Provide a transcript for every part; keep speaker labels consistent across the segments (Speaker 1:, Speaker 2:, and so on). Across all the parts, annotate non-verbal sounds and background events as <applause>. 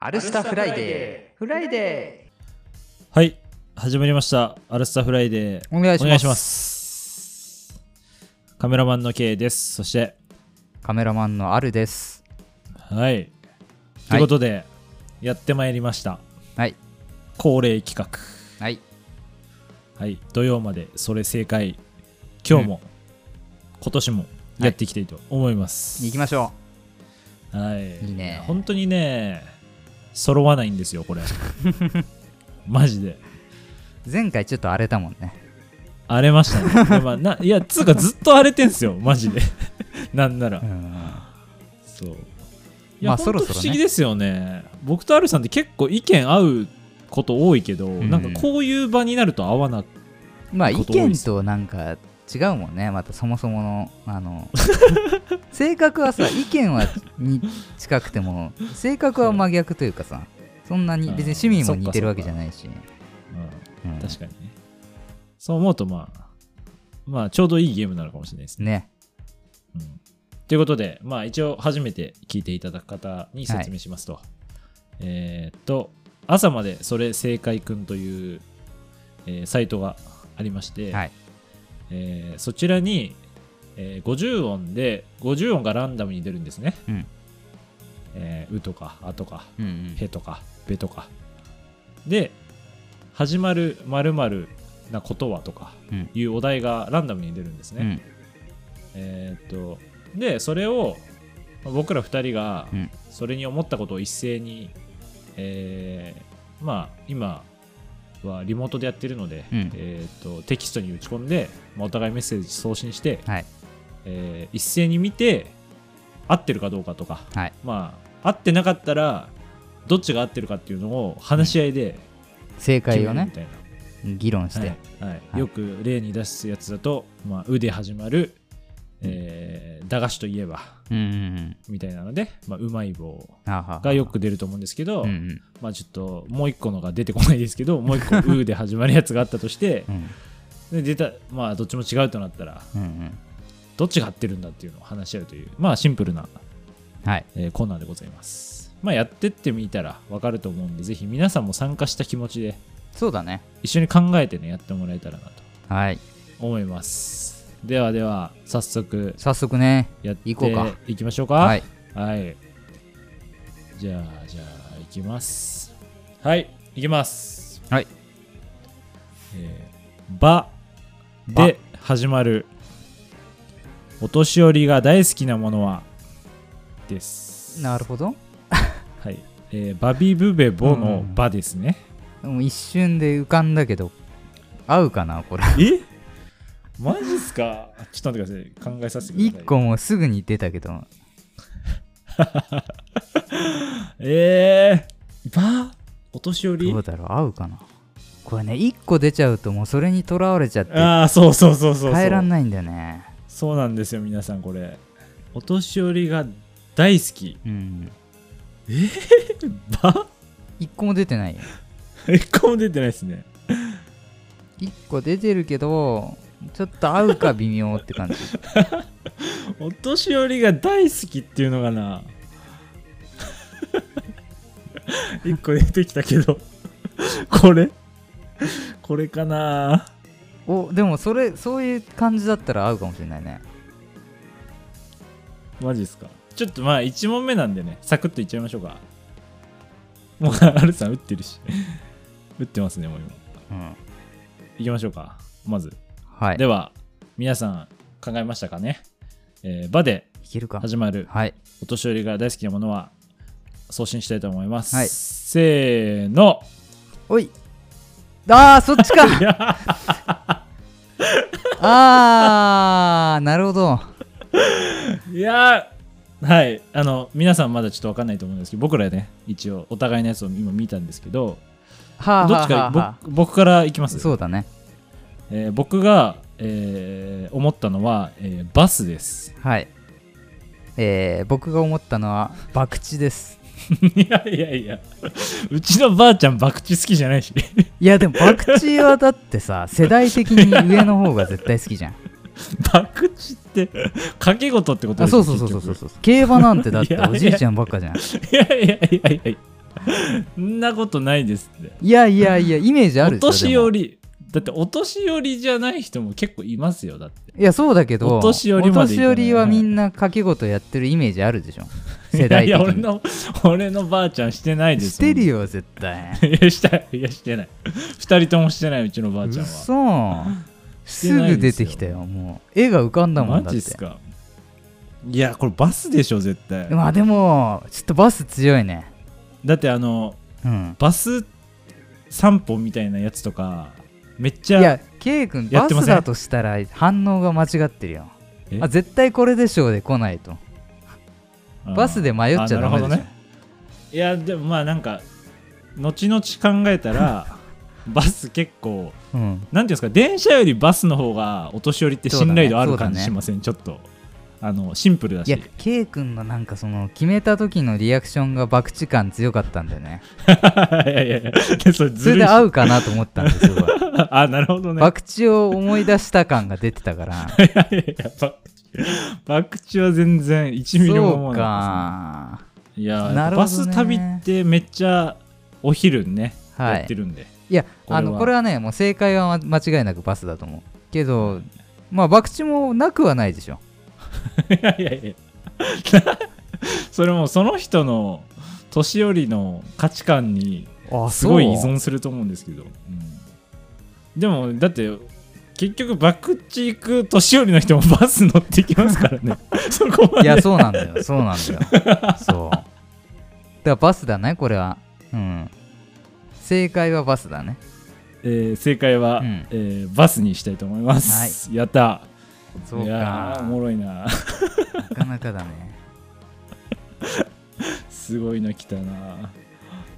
Speaker 1: アルスタフライデー。フライデ
Speaker 2: はい始まりました「アルスタフライデー」
Speaker 1: ー。お願いします。
Speaker 2: お願いしますカメラマンの K ですそして
Speaker 1: カメラマンのアルです。
Speaker 2: はいということで、やってまいりました
Speaker 1: はい。
Speaker 2: 恒例企画
Speaker 1: はい。
Speaker 2: はい土曜までそれ正解今日も、今年もやっていきたいと思います、
Speaker 1: 行きましょ
Speaker 2: はい、
Speaker 1: いいね
Speaker 2: 本当にね揃わないんですよ
Speaker 1: <laughs>
Speaker 2: これマジで
Speaker 1: う。前回ちょっと荒れたもんね。
Speaker 2: 荒れましたねでもまあないやつうかずっと荒れてんすよマジで <laughs> なんなら
Speaker 1: ん。
Speaker 2: そういや、
Speaker 1: まあ
Speaker 2: ほん
Speaker 1: そろそ
Speaker 2: と
Speaker 1: ろね
Speaker 2: 不思議ですよね僕とアルさんって結構意見合うこと多いけど、
Speaker 1: ん
Speaker 2: なんかこういう場になると合わなく
Speaker 1: まあ
Speaker 2: いい
Speaker 1: 意
Speaker 2: こと多い
Speaker 1: 見
Speaker 2: です
Speaker 1: となんか違うもんね。またそもそもの、あの、 <laughs> 性格はさ、意見はに近くても、性格は真逆というかさ、そんなに別に市民も似てるわけじゃないし。
Speaker 2: うん、確かにねそう思うとまあまあちょうどいいゲームなのかもしれないです
Speaker 1: に。
Speaker 2: ね、
Speaker 1: ね。
Speaker 2: うんということでまあ一応初めて聞いていただく方に説明しますと、えーっと朝までそれ正解くんという、えーサイトがありまして、
Speaker 1: はい。
Speaker 2: えーそちらに、えー50音で50音がランダムに出るんですね。
Speaker 1: うん
Speaker 2: えーうとかあとか
Speaker 1: うんうん
Speaker 2: へとかべとか。で始まる〇〇なことはとか
Speaker 1: うん
Speaker 2: いうお題がランダムに出るんですね。
Speaker 1: うん
Speaker 2: えーっとでそれをまあ僕ら2人が
Speaker 1: うん
Speaker 2: それに思ったことを一斉に、えーまあ今はリモートでやってるので、
Speaker 1: うん
Speaker 2: えーっとテキストに打ち込んで、まあお互いメッセージ送信して、
Speaker 1: はい。
Speaker 2: えー一斉に見て合ってるかどうかとか、
Speaker 1: はい
Speaker 2: まあ合ってなかったらどっちが合ってるかっていうのを話し合いで
Speaker 1: 正
Speaker 2: 決
Speaker 1: 解を
Speaker 2: めるみ
Speaker 1: ね、
Speaker 2: たいな。
Speaker 1: 議論して。
Speaker 2: はいはい
Speaker 1: はい
Speaker 2: よく例に出すやつだと「まあ、う」で始まる、えー駄菓子といえば
Speaker 1: うんうんうん。
Speaker 2: みたいなので、まあ、うまい棒
Speaker 1: あはは
Speaker 2: がよく出ると思うんですけど、
Speaker 1: うんうん
Speaker 2: まあ、ちょっともう一個のが出てこないですけ
Speaker 1: <laughs>
Speaker 2: どもう一個「う」で始まるやつがあったとして
Speaker 1: うん
Speaker 2: で出た、まあ、どっちも違うとなったら
Speaker 1: うんうん
Speaker 2: どっちが合ってるんだっていうのを話し合うという、まあ、シンプルな、
Speaker 1: はい
Speaker 2: えーコーナーでございます。まあ、やってってみたら分かると思うんでぜひ皆さんも参加した気持ちで
Speaker 1: そうだね
Speaker 2: 一緒に考えてねやってもらえたらなと
Speaker 1: はい
Speaker 2: 思いますではでは早速
Speaker 1: 早速ね
Speaker 2: やって
Speaker 1: 行こうか
Speaker 2: いきましょうか
Speaker 1: はい
Speaker 2: はいじゃあじゃあいきますはいいきます
Speaker 1: はい
Speaker 2: えーば
Speaker 1: ば
Speaker 2: で始まるお年寄りが大好きなものはです
Speaker 1: なるほど
Speaker 2: はい、えーバビブベボのばですね、
Speaker 1: でも一瞬で浮かんだけど合うかな
Speaker 2: <laughs>
Speaker 1: これ
Speaker 2: えマジっすかちょっと待ってください考えさせてください
Speaker 1: 1個もすぐに出たけど
Speaker 2: ええー、ばお年寄り
Speaker 1: どうだろう合うかなこれね1個出ちゃうともうそれにとらわれちゃって
Speaker 2: ああそうそうそうそうそう
Speaker 1: 変えらんないんだよね
Speaker 2: そうなんですよ皆さんこれお年寄りが大好き
Speaker 1: うん
Speaker 2: <laughs> ば
Speaker 1: 1個も出てないよ
Speaker 2: 一個も出てないですね
Speaker 1: 1個出てるけどちょっと合うか微妙って
Speaker 2: <laughs>
Speaker 1: 感じ
Speaker 2: お年寄りが大好きっていうのがな <laughs> 一個出てきたけどこれこれかな
Speaker 1: おでもそれそういう感じだったら合うかもしれないね
Speaker 2: マジっすかちょっとまあ1問目なんでねサクッといっちゃいましょうかもうアルさん打ってるし打ってますねもう今
Speaker 1: うん
Speaker 2: いきましょうかまず
Speaker 1: はい
Speaker 2: では皆さん考えましたかね、えー、場で
Speaker 1: いけるか
Speaker 2: 始まる
Speaker 1: はい
Speaker 2: お年寄りが大好きなものは送信したいと思います、
Speaker 1: はい
Speaker 2: せーの
Speaker 1: おいああそっちか
Speaker 2: <laughs>
Speaker 1: ああなるほど
Speaker 2: いやーはいあの皆さんまだちょっと分かんないと思うんですけど僕らね一応お互いのやつを今見たんですけど
Speaker 1: はあはあ
Speaker 2: どっち
Speaker 1: はあ
Speaker 2: か
Speaker 1: は
Speaker 2: 僕僕からいきま
Speaker 1: あ
Speaker 2: す
Speaker 1: そうだね
Speaker 2: えー僕が、えー思ったのは、えーバスです。
Speaker 1: はいえー、僕が思ったのは博打です
Speaker 2: <laughs> いやいやいや、うちのばあちゃん、博打好きじゃ <laughs> ないし。
Speaker 1: いやでも博打はだって
Speaker 2: <laughs>
Speaker 1: さ世代的に上の方が絶対好きじゃん
Speaker 2: 博打って、賭け事ってこと
Speaker 1: あ
Speaker 2: でしょ
Speaker 1: そうそうそうそう
Speaker 2: 結
Speaker 1: そう
Speaker 2: 局
Speaker 1: そう競馬なんてだっ
Speaker 2: い
Speaker 1: て
Speaker 2: やいや
Speaker 1: おじいちゃんばっかじゃん
Speaker 2: いやいやいやいや、そんなことないですって。
Speaker 1: いやいやいや、イメージあ
Speaker 2: お
Speaker 1: るでしょ
Speaker 2: 年
Speaker 1: でも
Speaker 2: 寄り、だってお年寄りじゃない人も結構いますよ、だって。
Speaker 1: いや、そうだけど、
Speaker 2: お年寄りまでいかない
Speaker 1: お年寄りはみんな掛け事やってるイメージあるでしょ。世代
Speaker 2: い
Speaker 1: 的
Speaker 2: や、俺
Speaker 1: に。
Speaker 2: の、俺のばあちゃんして <laughs> ないです
Speaker 1: し
Speaker 2: もん。
Speaker 1: てるよ、絶対。
Speaker 2: いや、したい。いや、してない。二人ともしてない、うちのばあちゃんは。
Speaker 1: そう。
Speaker 2: して
Speaker 1: す
Speaker 2: ない
Speaker 1: ぐ
Speaker 2: で
Speaker 1: 出
Speaker 2: すよ
Speaker 1: てきたよ、もう。絵が浮かんだもんだ
Speaker 2: マ
Speaker 1: っ
Speaker 2: ジってす。か。いや、これバスでしょ、絶対。
Speaker 1: まあでも、ちょっとバス強いね。
Speaker 2: だって、あの、
Speaker 1: うん。
Speaker 2: バス散歩みたいなやつとか、めっ
Speaker 1: い
Speaker 2: ちゃ、
Speaker 1: や、ケイ君、
Speaker 2: やっ
Speaker 1: バ
Speaker 2: てませ
Speaker 1: ス
Speaker 2: ん
Speaker 1: だとしたら反応が間違ってるよ
Speaker 2: え。
Speaker 1: あ絶対これでしょうで来ないと。
Speaker 2: あー
Speaker 1: バスで迷っちゃダメ
Speaker 2: あなるほ
Speaker 1: で
Speaker 2: ど
Speaker 1: し
Speaker 2: ね。いや、でもまあ、なんか、後々考えた
Speaker 1: <laughs>
Speaker 2: ら、バス結構、
Speaker 1: ょ。うん。
Speaker 2: なんていうんですか、電車よりバスの方がお年寄りって信頼度ある感じしません、ちょっと。あの、シンプルだ <laughs>
Speaker 1: いや
Speaker 2: し。、
Speaker 1: ケイ君のなんかその、決めた時のリアクションが爆地感強かったんだよね。
Speaker 2: いやいやいや、それ
Speaker 1: そ
Speaker 2: ず
Speaker 1: れ
Speaker 2: るい
Speaker 1: で
Speaker 2: し。
Speaker 1: 合うかなと思ったん
Speaker 2: <laughs>
Speaker 1: ですよ。
Speaker 2: あ、なるほどね。
Speaker 1: 博打を思い出した感が出てたから。
Speaker 2: <laughs> いやいや、ババクチは全然1ミリも思
Speaker 1: そう
Speaker 2: わな
Speaker 1: か。
Speaker 2: いですね。いや、
Speaker 1: なるほどね
Speaker 2: バス旅ってめっちゃお昼にね、
Speaker 1: はい
Speaker 2: やってるんで。 <laughs>
Speaker 1: いや、
Speaker 2: これは
Speaker 1: あの、これはね、もう正解は間違いなくバスだと思う。けど、まあ、博打もなくはないでしょ。
Speaker 2: いやいやいや。 <laughs> それもその人の年寄りの価値観に
Speaker 1: あ
Speaker 2: すごい依存すると思うんですけど。うんでも、だって、結局、バクチ行く年寄りの人もバス乗ってきますか
Speaker 1: <laughs>
Speaker 2: らね。そこま
Speaker 1: い
Speaker 2: で。
Speaker 1: や、そうなんだよ。 <laughs> そうなんだよ。そう。だからバスだね、これは。うん。正解はバスだね。
Speaker 2: えー正解は、
Speaker 1: うん
Speaker 2: えーバスにしたいと思います。やった
Speaker 1: そう
Speaker 2: いやーお
Speaker 1: か。
Speaker 2: もろいな
Speaker 1: なかなかだね。
Speaker 2: すごいの来たな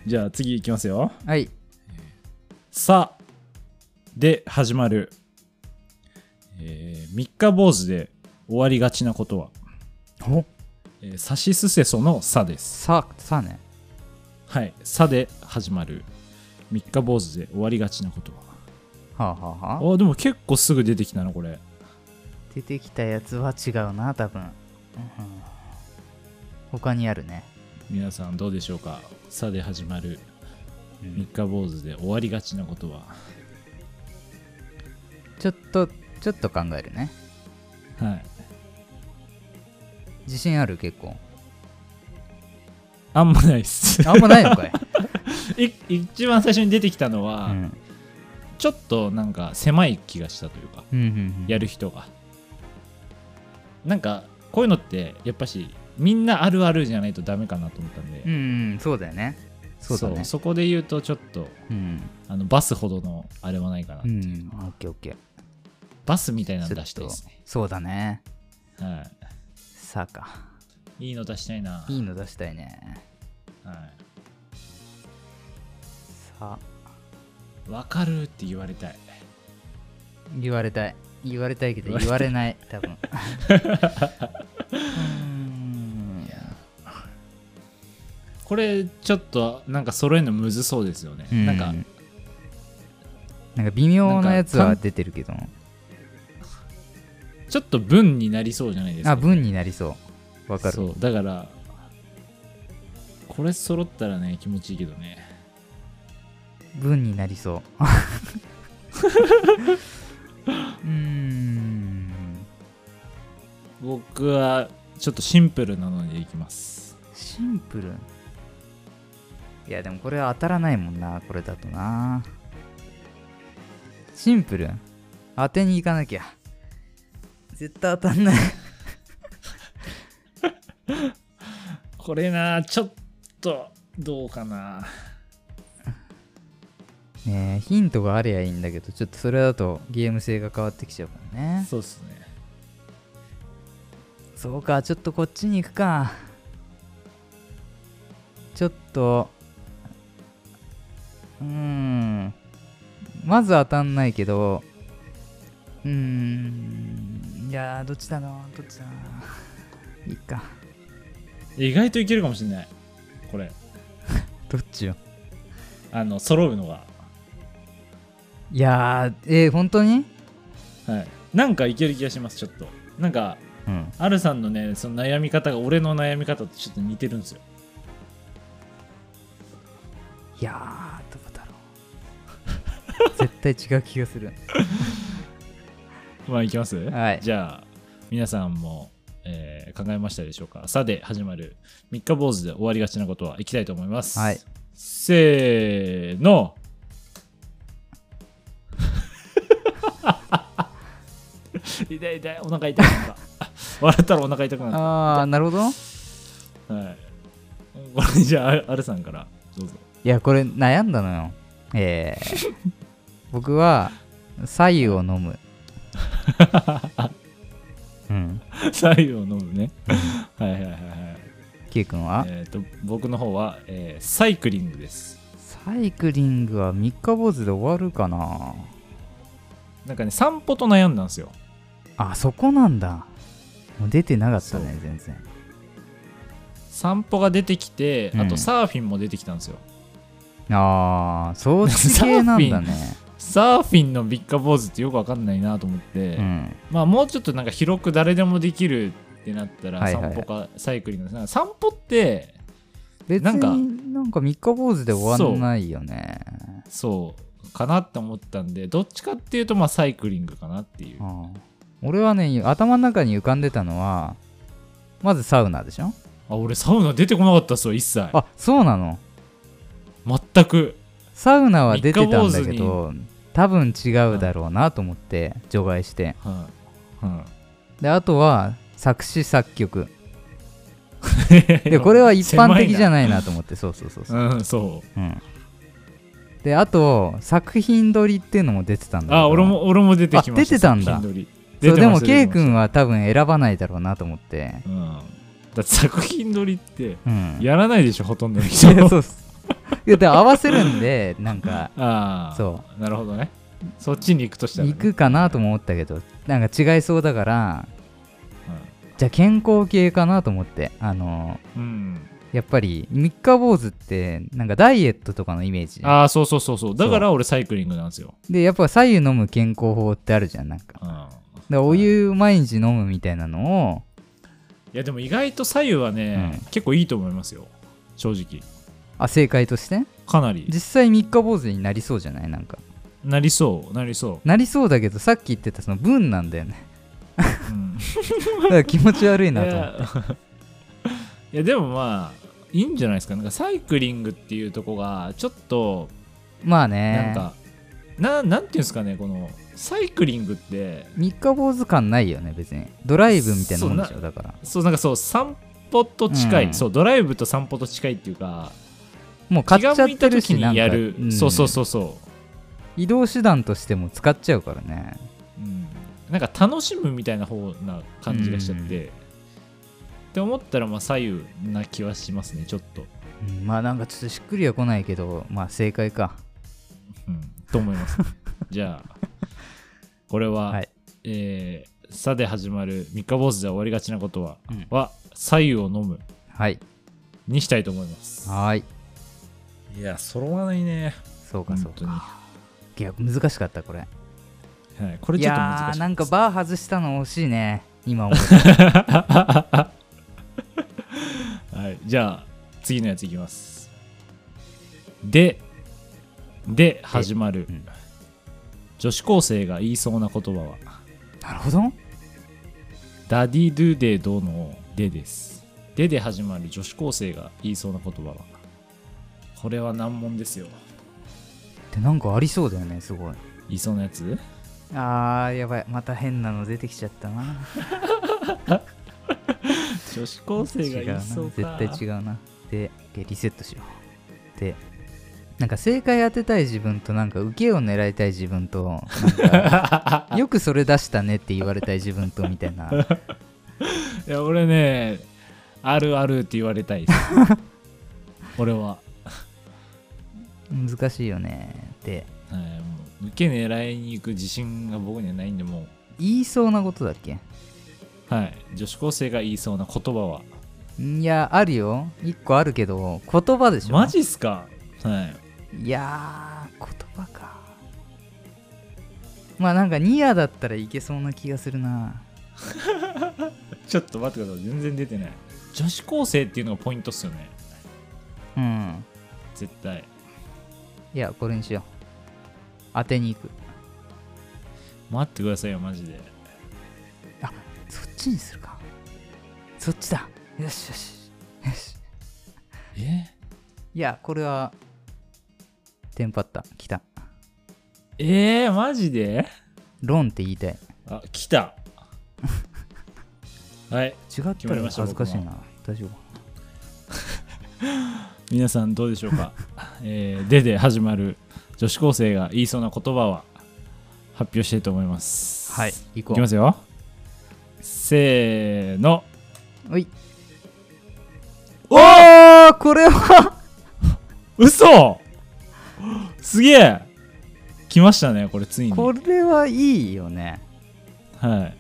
Speaker 2: じゃあ次いきますよ
Speaker 1: はい。
Speaker 2: 「さ」で始まる、えー、三日坊主で終わりがちなことは
Speaker 1: お
Speaker 2: 「えー、さしすせそ」の「さ」です
Speaker 1: さ、さね。
Speaker 2: はい「さ」で始まる三日坊主で終わりがちなことは
Speaker 1: はあ、はあはあ、
Speaker 2: あでも結構すぐ出てきたなこれ
Speaker 1: 出てきたやつは違うな、多分。うん他にあるね。
Speaker 2: 皆さんどうでしょうか「さ」で始まる
Speaker 1: うん
Speaker 2: 三日坊主で終わりがちなことは
Speaker 1: ちょっと、ちょっと考えるね。
Speaker 2: はい
Speaker 1: 自信ある結構。
Speaker 2: あんまないっす <laughs>
Speaker 1: あんまないのかい。
Speaker 2: い一番最初に出てきたの
Speaker 1: う
Speaker 2: は、
Speaker 1: ん。
Speaker 2: ちょっとなんか狭い気がしたというか、
Speaker 1: うんうん
Speaker 2: やる人が。なんか、こういうのって、やっぱし、みんなあるあるじゃないとダメかなと思ったんで、
Speaker 1: うん。うんうん、そうだよね。そうだね。
Speaker 2: そこで言うと、ちょっと、
Speaker 1: うん。
Speaker 2: あのバスほどのあれはないかな、
Speaker 1: うん。オッケーオッケー。
Speaker 2: バスみたいなの
Speaker 1: ちょ
Speaker 2: 出
Speaker 1: っ
Speaker 2: したい
Speaker 1: と
Speaker 2: ですね。
Speaker 1: そうだね。
Speaker 2: は
Speaker 1: さあか。
Speaker 2: い、いいの出したいな。
Speaker 1: いいの出したいね。
Speaker 2: は
Speaker 1: さあ、
Speaker 2: い、わかるって言われたい。
Speaker 1: 言われたい。言われたいけど、言
Speaker 2: 言
Speaker 1: われない、多分。う
Speaker 2: <laughs>
Speaker 1: ーん
Speaker 2: これ、ちょっと、なんか揃えるのむずそうですよね。
Speaker 1: うん
Speaker 2: なんか、
Speaker 1: なんか微妙なやつは出てるけど。
Speaker 2: ちょっと文になりそうじゃないですか。
Speaker 1: あ、文になりそう。わか
Speaker 2: そ
Speaker 1: る。
Speaker 2: うだからこれ揃ったらね気持ちいいけどね
Speaker 1: 文になりそう。
Speaker 2: <laughs>
Speaker 1: うーん。
Speaker 2: 僕はちょっとシンプルなのでいきます
Speaker 1: シンプル。いや、でもこれは当たらないもんな、これだとな。シンプル。当てに行かなきゃ。絶対当たんない。
Speaker 2: これなちょっとどうかな
Speaker 1: ねえ、ヒントがありゃいいんだけど、ちょっとそれだとゲーム性が変わってきちゃうからね。
Speaker 2: そうっすね
Speaker 1: そうか、ちょっとこっちに行くか。ちょっと、うーん、まず当たんないけど、うーん、いやー、どっちだろう、どっちだろう。いいか。
Speaker 2: 意外といけるかもしれないこれ
Speaker 1: どっちよ。
Speaker 2: あの揃うのが
Speaker 1: いやー、えー、本当に
Speaker 2: はいなんかいける気がしますちょっとなんか
Speaker 1: うん。
Speaker 2: アルさんのねその悩み方が俺の悩み方とちょっと似てるんですよ
Speaker 1: いやーどうだろう絶対違う気がする
Speaker 2: まあ、いきます、
Speaker 1: はい
Speaker 2: じゃあ、皆さんも、えー考えましたでしょうか。さで始まる三日坊主で終わりがちなことはいきたいと思います。
Speaker 1: はい
Speaker 2: せーの。 <laughs> 痛い痛い、お腹痛い。なんか <laughs> 笑ったらお腹痛くなっ
Speaker 1: <laughs> ああなるほどい
Speaker 2: た。はい、これ <laughs> じゃあ、あアルさんからどう <laughs> ぞ。
Speaker 1: やこれ悩んだのよえ
Speaker 2: <laughs>
Speaker 1: ー僕は白湯を飲むうん
Speaker 2: 左右を飲むね。はいはいはいはい。
Speaker 1: キイ君は、
Speaker 2: えっ、と、僕の方は、えーサイクリングです。
Speaker 1: サイクリングは三日坊主で終わるかな
Speaker 2: なんかね、散歩と悩んだんですよ。
Speaker 1: あそこなんだもう出てなかった
Speaker 2: そ
Speaker 1: ね全然
Speaker 2: 散歩が出てきて、
Speaker 1: うん
Speaker 2: あとサーフィンも出てきたんですよ。
Speaker 1: ああそっち系なんだね、
Speaker 2: サーフィンのビッカ坊主ってよくわかんないなと思って、
Speaker 1: うん、
Speaker 2: まあもうちょっとなんか広く誰でもできるってなったら、
Speaker 1: はいはいは
Speaker 2: 散
Speaker 1: い
Speaker 2: 歩かサイクリングなんか散歩って、
Speaker 1: 別
Speaker 2: なんか
Speaker 1: になんか三日坊主で終わんないよね
Speaker 2: そう、かなって思ったんで、どっちかっていうと、まあサイクリングかなっていう。
Speaker 1: ああ俺はね頭の中に浮かんでたのはまずサウナでしょ
Speaker 2: あ、俺サウナ出てこなかったっすよ、一切。
Speaker 1: あそうなの
Speaker 2: 全く。
Speaker 1: サウナは出てたんだけ
Speaker 2: 三日坊
Speaker 1: ど多分違うだろうなと思って除外して
Speaker 2: はい、はい
Speaker 1: であとは作詞作曲でこれは一般的じゃ
Speaker 2: ん。
Speaker 1: ないなと思ってそうそうそうそう、
Speaker 2: うん、そ
Speaker 1: うん、であと作品撮りっていうのも出てたんだけ
Speaker 2: う。
Speaker 1: ど
Speaker 2: あ、俺も、俺も出てきました。
Speaker 1: あ出てたんだ
Speaker 2: 作品撮り。
Speaker 1: そ
Speaker 2: 出
Speaker 1: う
Speaker 2: て
Speaker 1: で
Speaker 2: ま
Speaker 1: も
Speaker 2: した出
Speaker 1: K
Speaker 2: てました
Speaker 1: 君は多分選ばないだろうなと思って
Speaker 2: うん、だって作品撮りって
Speaker 1: うん
Speaker 2: やらないでしょほとんどの
Speaker 1: い
Speaker 2: 人
Speaker 1: <laughs> やそうっすいやで合わせるんでなん
Speaker 2: <laughs>
Speaker 1: か
Speaker 2: ああ
Speaker 1: そう
Speaker 2: なるほどねそっちに行くとしたら、ね、
Speaker 1: 行くかなとも思ったけどなんか違いそうだからじゃあ健康系かなと思ってあの
Speaker 2: うん、うん
Speaker 1: やっぱり三日坊主ってなんかダイエットとかのイメージ
Speaker 2: ああそうそうそうそうだから俺サイクリングなんですよ、
Speaker 1: でやっぱ左右飲む健康法ってあるじゃんなんか
Speaker 2: うん、い
Speaker 1: でお湯毎日飲むみたいなのを
Speaker 2: やでも意外と左右はね、結構いいと思いますよ正直
Speaker 1: あ正解として
Speaker 2: かなり
Speaker 1: 実際三日坊主になりそうじゃないなんか
Speaker 2: なりそうなりそ
Speaker 1: なりそうだけどさっき言ってたその分なんだよ
Speaker 2: <laughs>
Speaker 1: ね <laughs>
Speaker 2: う、うん、
Speaker 1: だから気持ち悪い
Speaker 2: い
Speaker 1: なと思って
Speaker 2: や <laughs> いやでもまあいいんじゃないですかなんかサイクリングっていうとこがちょっと
Speaker 1: まあね
Speaker 2: なんか、ななんていうんですかね、このサイクリングって、
Speaker 1: 三日坊主感ないよね別にドライブみたいなもんでし
Speaker 2: そ
Speaker 1: ょ
Speaker 2: う
Speaker 1: だから
Speaker 2: そう、なんかそう、散歩と近い、
Speaker 1: うん
Speaker 2: そう、ドライブと散歩と近いっていうか、
Speaker 1: もう買っちゃ
Speaker 2: 気が
Speaker 1: っ
Speaker 2: 向いた
Speaker 1: てる
Speaker 2: 時
Speaker 1: しなん
Speaker 2: に
Speaker 1: か
Speaker 2: やる、
Speaker 1: ん
Speaker 2: そうそうそうそう、
Speaker 1: 移動手段としても使っちゃうからね
Speaker 2: うん、なんか楽しむみたいな方な感じがしちゃって、って思ったら、まあ、左右な気はしますね、ちょっと。
Speaker 1: うんまあなんかちょっとしっくりは来ないけどまあ正解か
Speaker 2: うん、と思
Speaker 1: <laughs>
Speaker 2: います、じゃあ、これは、
Speaker 1: はい
Speaker 2: えーさで始まる三日坊主で終わりがちなことは、
Speaker 1: うん
Speaker 2: は左右を飲む
Speaker 1: はい
Speaker 2: にしたいと思います。
Speaker 1: はーい
Speaker 2: いや、揃わないね。
Speaker 1: そうかそうかい
Speaker 2: 本
Speaker 1: や難しかったこれ
Speaker 2: はい、これ
Speaker 1: い
Speaker 2: ちょっと難
Speaker 1: や
Speaker 2: し
Speaker 1: ー
Speaker 2: い。
Speaker 1: なんかバー外したの惜しいね今思う
Speaker 2: <laughs> はい、じゃあ、次のやついきます。で、で、始まる、
Speaker 1: うん
Speaker 2: 女子高生が言いそうな言葉は、
Speaker 1: <laughs> なるほど
Speaker 2: ダディドゥデドのでです。でで始まる女子高生が言いそうな言葉は、これは難問です
Speaker 1: っ
Speaker 2: よ。
Speaker 1: てなんかありそうだよねすごい
Speaker 2: 言いそうなやつ
Speaker 1: あーやばいまた変なの出てきちゃったな
Speaker 2: 女子高生が
Speaker 1: 違う
Speaker 2: 言
Speaker 1: ない
Speaker 2: そう
Speaker 1: 絶
Speaker 2: か。
Speaker 1: 対違うなでリセットしようでなんか正解当てたい自分となんか受けを狙いたい自分と
Speaker 2: <laughs>
Speaker 1: なんかよくそれ出したねって言われたい自分とみたいな
Speaker 2: いや俺ねあるあるって言われたいです <laughs> 俺は、
Speaker 1: 難しいよねで
Speaker 2: はい、もう受け狙いに行く自信が僕にはないんでも
Speaker 1: 言いそうなことだっけ
Speaker 2: う、はい、女子高生が言いそうな言葉はい
Speaker 1: やあるよ一個あるけど言葉でしょ
Speaker 2: マジっすかはい
Speaker 1: いやー言葉かまあなんかニアだったらいけそうな気がするな
Speaker 2: <laughs> ちょっと待ってください全然出てない女子高生っていうのがポイントっすよね
Speaker 1: うん
Speaker 2: 絶対
Speaker 1: いや、これにしよう。当てに行く。
Speaker 2: 待ってくださいよ、マジで。
Speaker 1: そっちにするか。そっちだ。よしよし。よし。
Speaker 2: え
Speaker 1: いや、これは、テンパった。来た。
Speaker 2: えー、マジで
Speaker 1: ロンって言いたい。
Speaker 2: あ、来 <laughs> た。はい。
Speaker 1: 違っ
Speaker 2: 決
Speaker 1: た
Speaker 2: まり
Speaker 1: ら
Speaker 2: ました
Speaker 1: 恥ずかしいな。大丈夫。
Speaker 2: 皆さんどうでしょうか、 <laughs> えー、でで始まる女子高生が言いそうな言葉は発表したいと思います。
Speaker 1: はい
Speaker 2: い、
Speaker 1: 行こ
Speaker 2: きま
Speaker 1: う。
Speaker 2: すよ。せーの。
Speaker 1: おい。おーこれは
Speaker 2: 嘘すげえ来ましたね、これついに。
Speaker 1: これはいいよね。
Speaker 2: はい、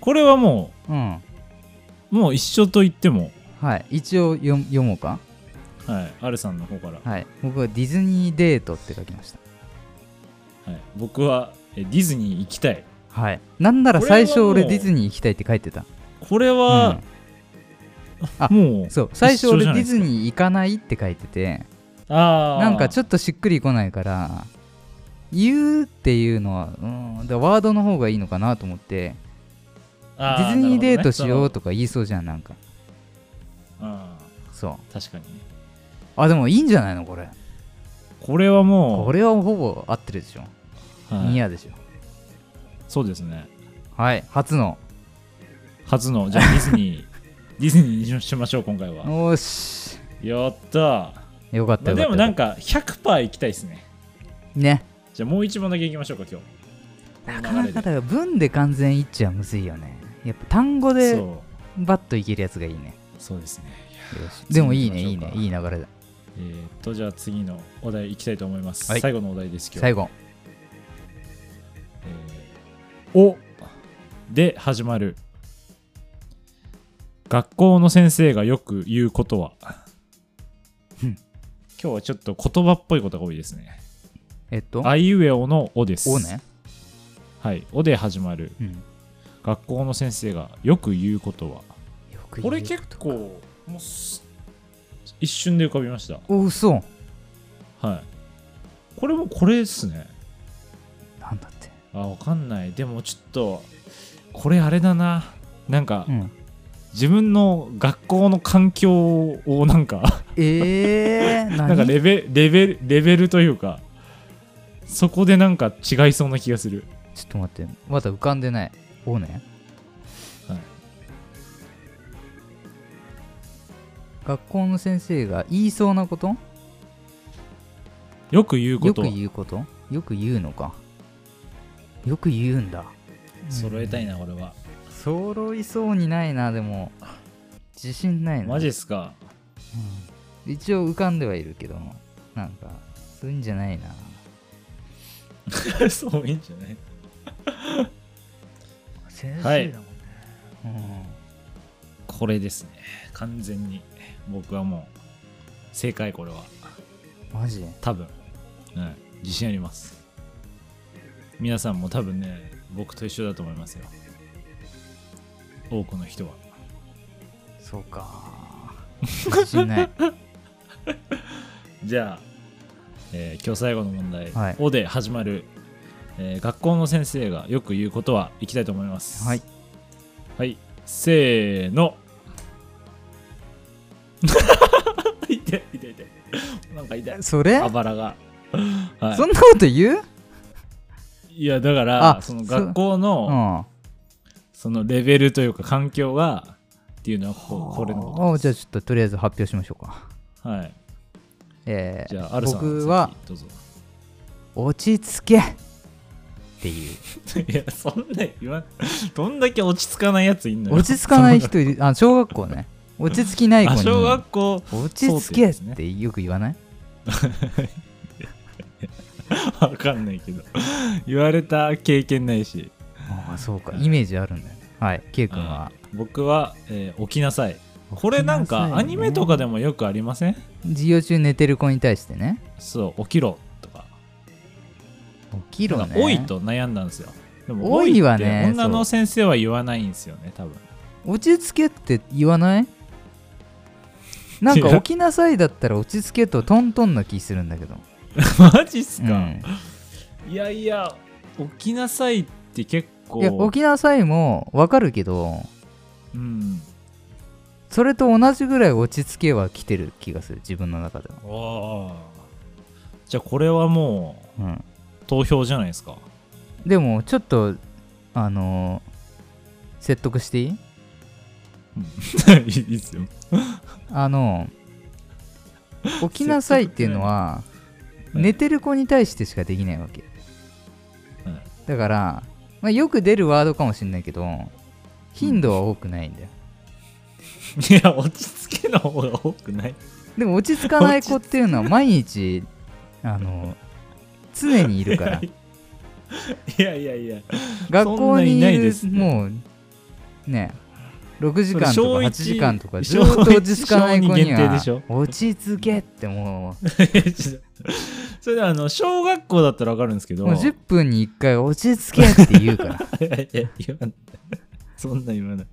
Speaker 2: これはも
Speaker 1: うん。
Speaker 2: う、もう一緒と言っても、
Speaker 1: はい。一応読読もうか。
Speaker 2: はい、アルさんの方から。
Speaker 1: はい。僕はディズニーデートって書きました。
Speaker 2: はい、僕はえディズニー行きたい。
Speaker 1: はい。なんなら
Speaker 2: これはも
Speaker 1: 最
Speaker 2: う
Speaker 1: 初俺ディズニー行きたいって書いてた。
Speaker 2: これ
Speaker 1: うん
Speaker 2: は、
Speaker 1: あ
Speaker 2: もう、
Speaker 1: そう最初
Speaker 2: 一緒
Speaker 1: 俺
Speaker 2: じゃな
Speaker 1: デ
Speaker 2: い
Speaker 1: ィ
Speaker 2: です
Speaker 1: ズ
Speaker 2: か
Speaker 1: ニー行かないって書いてて
Speaker 2: あ
Speaker 1: なんかち
Speaker 2: ょっ
Speaker 1: ょっとしっくりこないから言うっていうのは、うん、だワードの方がいいのかなと思って
Speaker 2: と
Speaker 1: ディズニーデートしようとか言いそうじゃんなんか
Speaker 2: あ
Speaker 1: そう
Speaker 2: ー確かにね
Speaker 1: あでもいいんじゃないのこれ
Speaker 2: これはもう
Speaker 1: これはほぼ合ってるでしょ
Speaker 2: はい
Speaker 1: ニアでしょ
Speaker 2: そうですね
Speaker 1: はい初の
Speaker 2: 初のじゃあ
Speaker 1: <laughs>
Speaker 2: ディズニーディズニーにしましょう今回は
Speaker 1: よーし
Speaker 2: やったー、
Speaker 1: よかっ
Speaker 2: ま
Speaker 1: たよか
Speaker 2: あ
Speaker 1: った
Speaker 2: でもなん
Speaker 1: か
Speaker 2: か100%行きたいですね
Speaker 1: ね
Speaker 2: じゃあもう一問だけ行きましょうか今日
Speaker 1: なかなかだ
Speaker 2: この流れで
Speaker 1: から文で完全一致はむずいよねやっぱ単語で
Speaker 2: そう
Speaker 1: バッといけるやつがいいね
Speaker 2: そうですね、
Speaker 1: よしでもいいね
Speaker 2: 次
Speaker 1: いい
Speaker 2: 行きましょう
Speaker 1: ね
Speaker 2: か
Speaker 1: いい流れだ
Speaker 2: えーっとじゃあ次のお題行きたいと思います、
Speaker 1: はい
Speaker 2: 最後のお題です今日
Speaker 1: 最後
Speaker 2: えーおで始まる学校の先生がよく言うことは
Speaker 1: うん
Speaker 2: 今日はちょっと言葉っぽいことが多いですね
Speaker 1: えっと
Speaker 2: あいうえおのおです
Speaker 1: おね
Speaker 2: はいおで始まる
Speaker 1: うん
Speaker 2: 学校の先生がよく言うことは
Speaker 1: よく言う
Speaker 2: これ結構もうす一瞬で浮かびました
Speaker 1: お嘘
Speaker 2: はいこれもこれですね
Speaker 1: なんだって
Speaker 2: あわかんないでもちょっとこれあれだななんか、
Speaker 1: うん
Speaker 2: 自分の学校の環境をなんか
Speaker 1: えー、
Speaker 2: <laughs> なんか
Speaker 1: 何
Speaker 2: レベレベルレベルというかそこでなんか違いそうな気がする、
Speaker 1: ちょっと待ってまだ浮かんでないおね
Speaker 2: はい、
Speaker 1: 学校の先生が言いそうなこと
Speaker 2: よく言うこ
Speaker 1: よ
Speaker 2: と
Speaker 1: く
Speaker 2: は
Speaker 1: 言うことよく言うのかよく言うんだ
Speaker 2: 揃えたいなこれは
Speaker 1: 揃いそうにないなでも自信ないな
Speaker 2: マジっすか
Speaker 1: うん一応浮かんではいるけどもなんかそういうんじゃないな
Speaker 2: <laughs> そういいんじゃない
Speaker 1: 先
Speaker 2: はい
Speaker 1: 生だもんね、
Speaker 2: これですね完全に僕はもう正解これは
Speaker 1: うんマジ
Speaker 2: 多分、はい、自信あります皆さんも多分ね僕と一緒だと思いますよ多くの人は
Speaker 1: そう <laughs> か自信ない
Speaker 2: じゃあ、えー今日最後の問題「
Speaker 1: はい
Speaker 2: お」で始まる、えー学校の先生がよく言うことはいきたいと思います
Speaker 1: はい、
Speaker 2: はい、せーの <laughs> 痛い痛い痛いなんか痛い
Speaker 1: それ
Speaker 2: あばらが、はい
Speaker 1: そんなこと言う
Speaker 2: いやだから
Speaker 1: あ
Speaker 2: その
Speaker 1: そ
Speaker 2: 学校の、
Speaker 1: うん
Speaker 2: そのレベルというか環境がっていうのはここれのこ
Speaker 1: あじゃあちょっととりあえず発表しましょうか。
Speaker 2: とはい
Speaker 1: え
Speaker 2: じゃあ
Speaker 1: ー、
Speaker 2: アルさん
Speaker 1: 僕は
Speaker 2: 先どうぞ <laughs>
Speaker 1: 落ち着けっていう。
Speaker 2: いやそんな言わんどんだけ落ち着かないやついんのよ
Speaker 1: 落ち着かない人いる、あ、小学校ね。落ち着きない子
Speaker 2: あ
Speaker 1: に。
Speaker 2: 小学校
Speaker 1: 落ち着けってよく言わない
Speaker 2: わかんないけど言われた経験ないし
Speaker 1: ああ、そうか。イメージあるんだよね。はい、ケイ君は。
Speaker 2: 僕は、えー起きなさいこれなんかアニメとかで
Speaker 1: も。
Speaker 2: もよくありません
Speaker 1: 授業中寝てる子に対してね。
Speaker 2: そう起きろとか
Speaker 1: 起きろ
Speaker 2: なん
Speaker 1: ね
Speaker 2: か。老い。と悩んだんですよでも
Speaker 1: 老いはね
Speaker 2: 老いって女
Speaker 1: そ
Speaker 2: の
Speaker 1: う
Speaker 2: 先生は言わないんですよね多
Speaker 1: <laughs>
Speaker 2: 分
Speaker 1: 落ち着けって言わないなんか
Speaker 2: 違う
Speaker 1: 起きなさいだったら落ち着けとトントンな気するんだけど。
Speaker 2: マジっす
Speaker 1: うん
Speaker 2: か、いやいや、起きなさいって結構。
Speaker 1: いや起きなさいもわかるけど
Speaker 2: うん。
Speaker 1: それと同じぐらい落ち着けは来てる気がする自分の中では、
Speaker 2: ああ。じゃあこれはも
Speaker 1: うん、
Speaker 2: う投票じゃないですか。 <laughs>
Speaker 1: でもちょっとあのー説得していい
Speaker 2: いいですよ。
Speaker 1: あの起きなさいっていうのは寝てる子に対してしかできないわけ、
Speaker 2: うん
Speaker 1: だから、まあ、よく出るワードかもしれないけど頻度は多くないんだよ、
Speaker 2: いや、落ち着けの方が多くない。
Speaker 1: でも落ち着かない子っていうのは毎
Speaker 2: <laughs>
Speaker 1: 日あの常にいるから
Speaker 2: いやいやい <laughs> や。
Speaker 1: 学校にい
Speaker 2: そんないないで
Speaker 1: る
Speaker 2: すね
Speaker 1: もうね6時間とか
Speaker 2: それ小
Speaker 1: 8
Speaker 2: 一
Speaker 1: 時間とかずっ
Speaker 2: 小
Speaker 1: と
Speaker 2: 一
Speaker 1: 落ち着かない子に
Speaker 2: 小二限定
Speaker 1: は
Speaker 2: でしょ
Speaker 1: 落ち着けってもう
Speaker 2: それであの、小学校だったらわかるんですけど。
Speaker 1: もう10分に1回落ち着けって言うから
Speaker 2: いやいや言わない <laughs> そんな言わない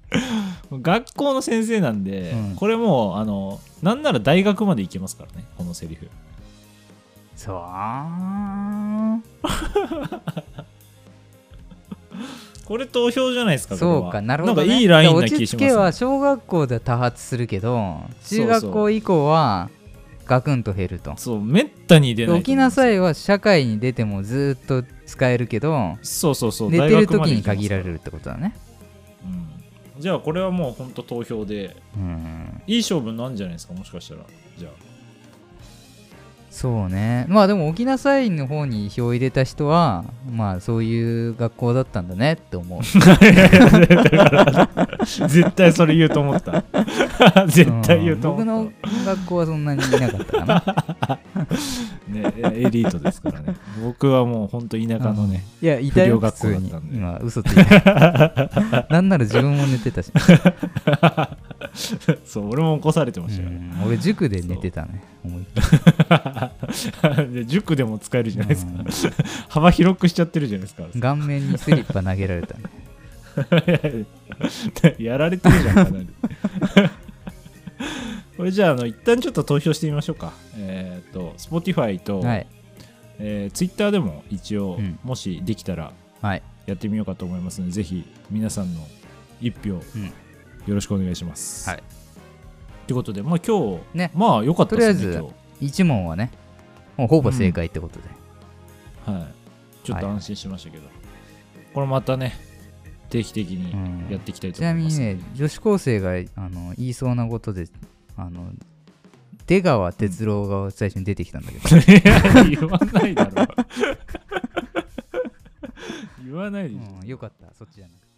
Speaker 2: 学校の先生なんで、
Speaker 1: うん
Speaker 2: これもうあのなんなら大学まで行けますからねこのセリフ
Speaker 1: そう
Speaker 2: これ投票じゃないですかこれは
Speaker 1: そうかなるほど、ね、
Speaker 2: なんかいいラインな気
Speaker 1: 落
Speaker 2: が
Speaker 1: ち
Speaker 2: し
Speaker 1: 着
Speaker 2: ます、
Speaker 1: け
Speaker 2: ね、
Speaker 1: は小学校では多発するけど
Speaker 2: そうそう
Speaker 1: 中学校以降はガクンと減ると
Speaker 2: そうめったに出ない
Speaker 1: 起きな
Speaker 2: と
Speaker 1: さいは社会に出てもずっと使えるけど
Speaker 2: 思いますそうそうそう
Speaker 1: 寝てる
Speaker 2: 大学ま
Speaker 1: 時
Speaker 2: で
Speaker 1: に
Speaker 2: 行けます
Speaker 1: 限られるってことだね
Speaker 2: うんじゃあこれはもう本当投票で
Speaker 1: うん
Speaker 2: いい勝負なんじゃないですかもしかしたらじゃあ <laughs>
Speaker 1: そうねまあでも起きなさいの方に票を入れた人はまあそういう学校だったんだねって
Speaker 2: <laughs>
Speaker 1: 思う
Speaker 2: 絶対それ言うと思った
Speaker 1: <laughs>
Speaker 2: 絶対言うと思
Speaker 1: ん僕
Speaker 2: った、
Speaker 1: の学校はそんなにいなかったかな
Speaker 2: ね、エリートですからね。僕はもう本当田舎のね。
Speaker 1: いやいたよ
Speaker 2: 不良
Speaker 1: 普
Speaker 2: 学校
Speaker 1: 通
Speaker 2: だったん
Speaker 1: に
Speaker 2: で
Speaker 1: 今嘘ついて
Speaker 2: <laughs>
Speaker 1: ないなんなら自分も寝てたし
Speaker 2: そう、俺も起こされてましたよね。
Speaker 1: うん俺塾で寝てたね思いっきり
Speaker 2: <laughs> で塾でも使えるじ <laughs> ゃないですか。幅広くしちゃってるじゃないですか。
Speaker 1: 顔面にスリッパ投げられたね
Speaker 2: <laughs> やられてるじゃん、かなり。 <laughs> これじゃあ、あの、一旦ちょっと投票してみましょうか。えっ、と、Spotify と、
Speaker 1: はい
Speaker 2: えー Twitter でも一応、
Speaker 1: うん
Speaker 2: もしできたら
Speaker 1: はい
Speaker 2: やってみようかと思いますので、ぜひ皆さんの一票、よ
Speaker 1: うん
Speaker 2: ろしくお願いします。
Speaker 1: はい
Speaker 2: ということで、まあ今日、
Speaker 1: ね
Speaker 2: まあ良かったですね、
Speaker 1: とりあえず
Speaker 2: 今
Speaker 1: 一問はねもうほぼ正解ってことで、
Speaker 2: 日。はい。ちょっと安心しましたけど、これまたね、定期的
Speaker 1: うん
Speaker 2: にやっていきたい
Speaker 1: ち
Speaker 2: と
Speaker 1: な
Speaker 2: 思い
Speaker 1: み
Speaker 2: ま
Speaker 1: に
Speaker 2: す。
Speaker 1: ね女子高生があの言いそうなことであの出川哲郎が最初に出てきたんだけど、
Speaker 2: <laughs> いや言わ <laughs> ないだろ。言わないでしょ
Speaker 1: うんよかったそっちじゃなくて